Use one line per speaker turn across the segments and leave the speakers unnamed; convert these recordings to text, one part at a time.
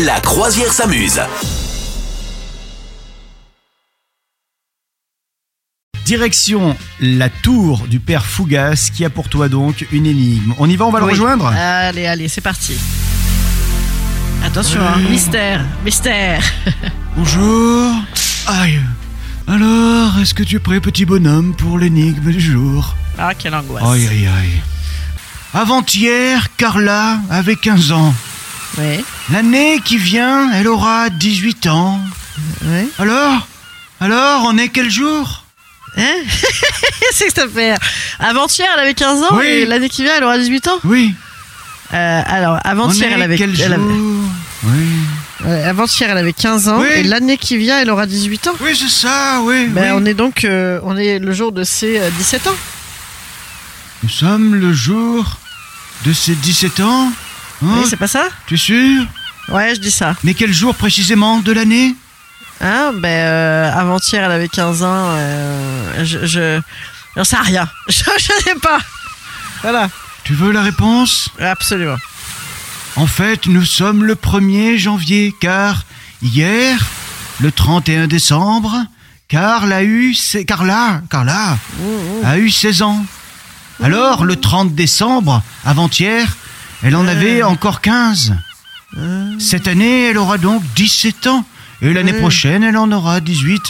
La croisière s'amuse.
Direction la tour du père Fougas qui a pour toi donc une énigme. On y va, on va le
Oui. Euh.
rejoindre
Allez, allez, c'est parti. Attention, hein, mystère, mystère.
Bonjour. Aïe. Alors, est-ce que tu es prêt, petit bonhomme, pour l'énigme du jour
Ah, quelle angoisse.
Aïe, aïe, aïe. Avant-hier, Carla avait 15 ans.
Oui,
L'année qui vient, elle aura 18 ans.
oui.
Alors Alors, on est quel jour
Hein Qu'est-ce que ça fait Avant-hier, elle avait 15 ans
Oui.
et l'année qui vient, elle aura 18 ans.
Oui.
Euh, alors,
On
avant-hier,
est
elle avait,
quel
elle
jour
avait-
Oui.
ouais, avant-hier, elle avait 15 ans
Oui.
et l'année qui vient, elle aura 18 ans.
Oui, c'est ça, oui.
Ben,
oui.
on est donc euh, on est le jour de ses euh, 17 ans.
Nous sommes le jour de ses 17 ans. Hein,
Oui, c'est pas ça
tu es sûr
Ouais, je dis ça.
Mais quel jour précisément de l'année
Hein ben, euh, avant-hier, elle avait 15 ans. euh, je. je... J'en sais rien. Je, je sais pas. Voilà.
Tu veux la réponse
Absolument.
En fait, nous sommes le 1er janvier, car hier, le 31 décembre, Carla a eu, ses- Carla, Carla a eu 16 ans. Alors, le 30 décembre, avant-hier, elle en
Euh.
avait encore 15. Cette année, elle aura donc 17 ans. Et l'année
Ouais.
prochaine, elle en aura 18.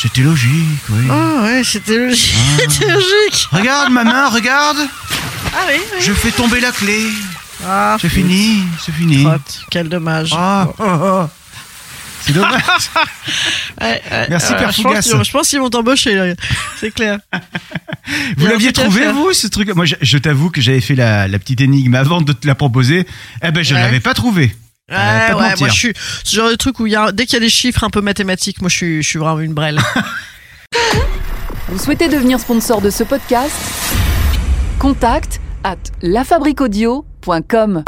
C'était logique, oui.
Oh, ouais, c'était logique.
Ah.
c'était logique.
Regarde ma main, regarde.
Ah oui, oui.
Je fais tomber la clé.
Ah,
C'est fini, c'est fini.
Crotte. Quel dommage.
Ah, ah, ah. C'est dommage.
Ouais, ouais,
Merci,
ouais,
Père
je pense
Fougas.
qu'ils- Je pense qu'ils vont t'embaucher, là. c'est clair. Il y
Vous
a un
l'aviez
truc à
trouvé,
faire.
vous, ce truc Moi, je, je t'avoue que j'avais fait la, la petite énigme avant de te la proposer. Eh ben, je ne
Ouais.
l'avais pas trouvé.
Ouais,
Euh, pas de
ouais,
mentir.
moi je suis ce genre de truc où il y a, dès qu'il y a des chiffres un peu mathématiques, moi je suis, je suis vraiment une brêle.
Vous souhaitez devenir sponsor de ce podcast Contact à lafabriquaudio.com.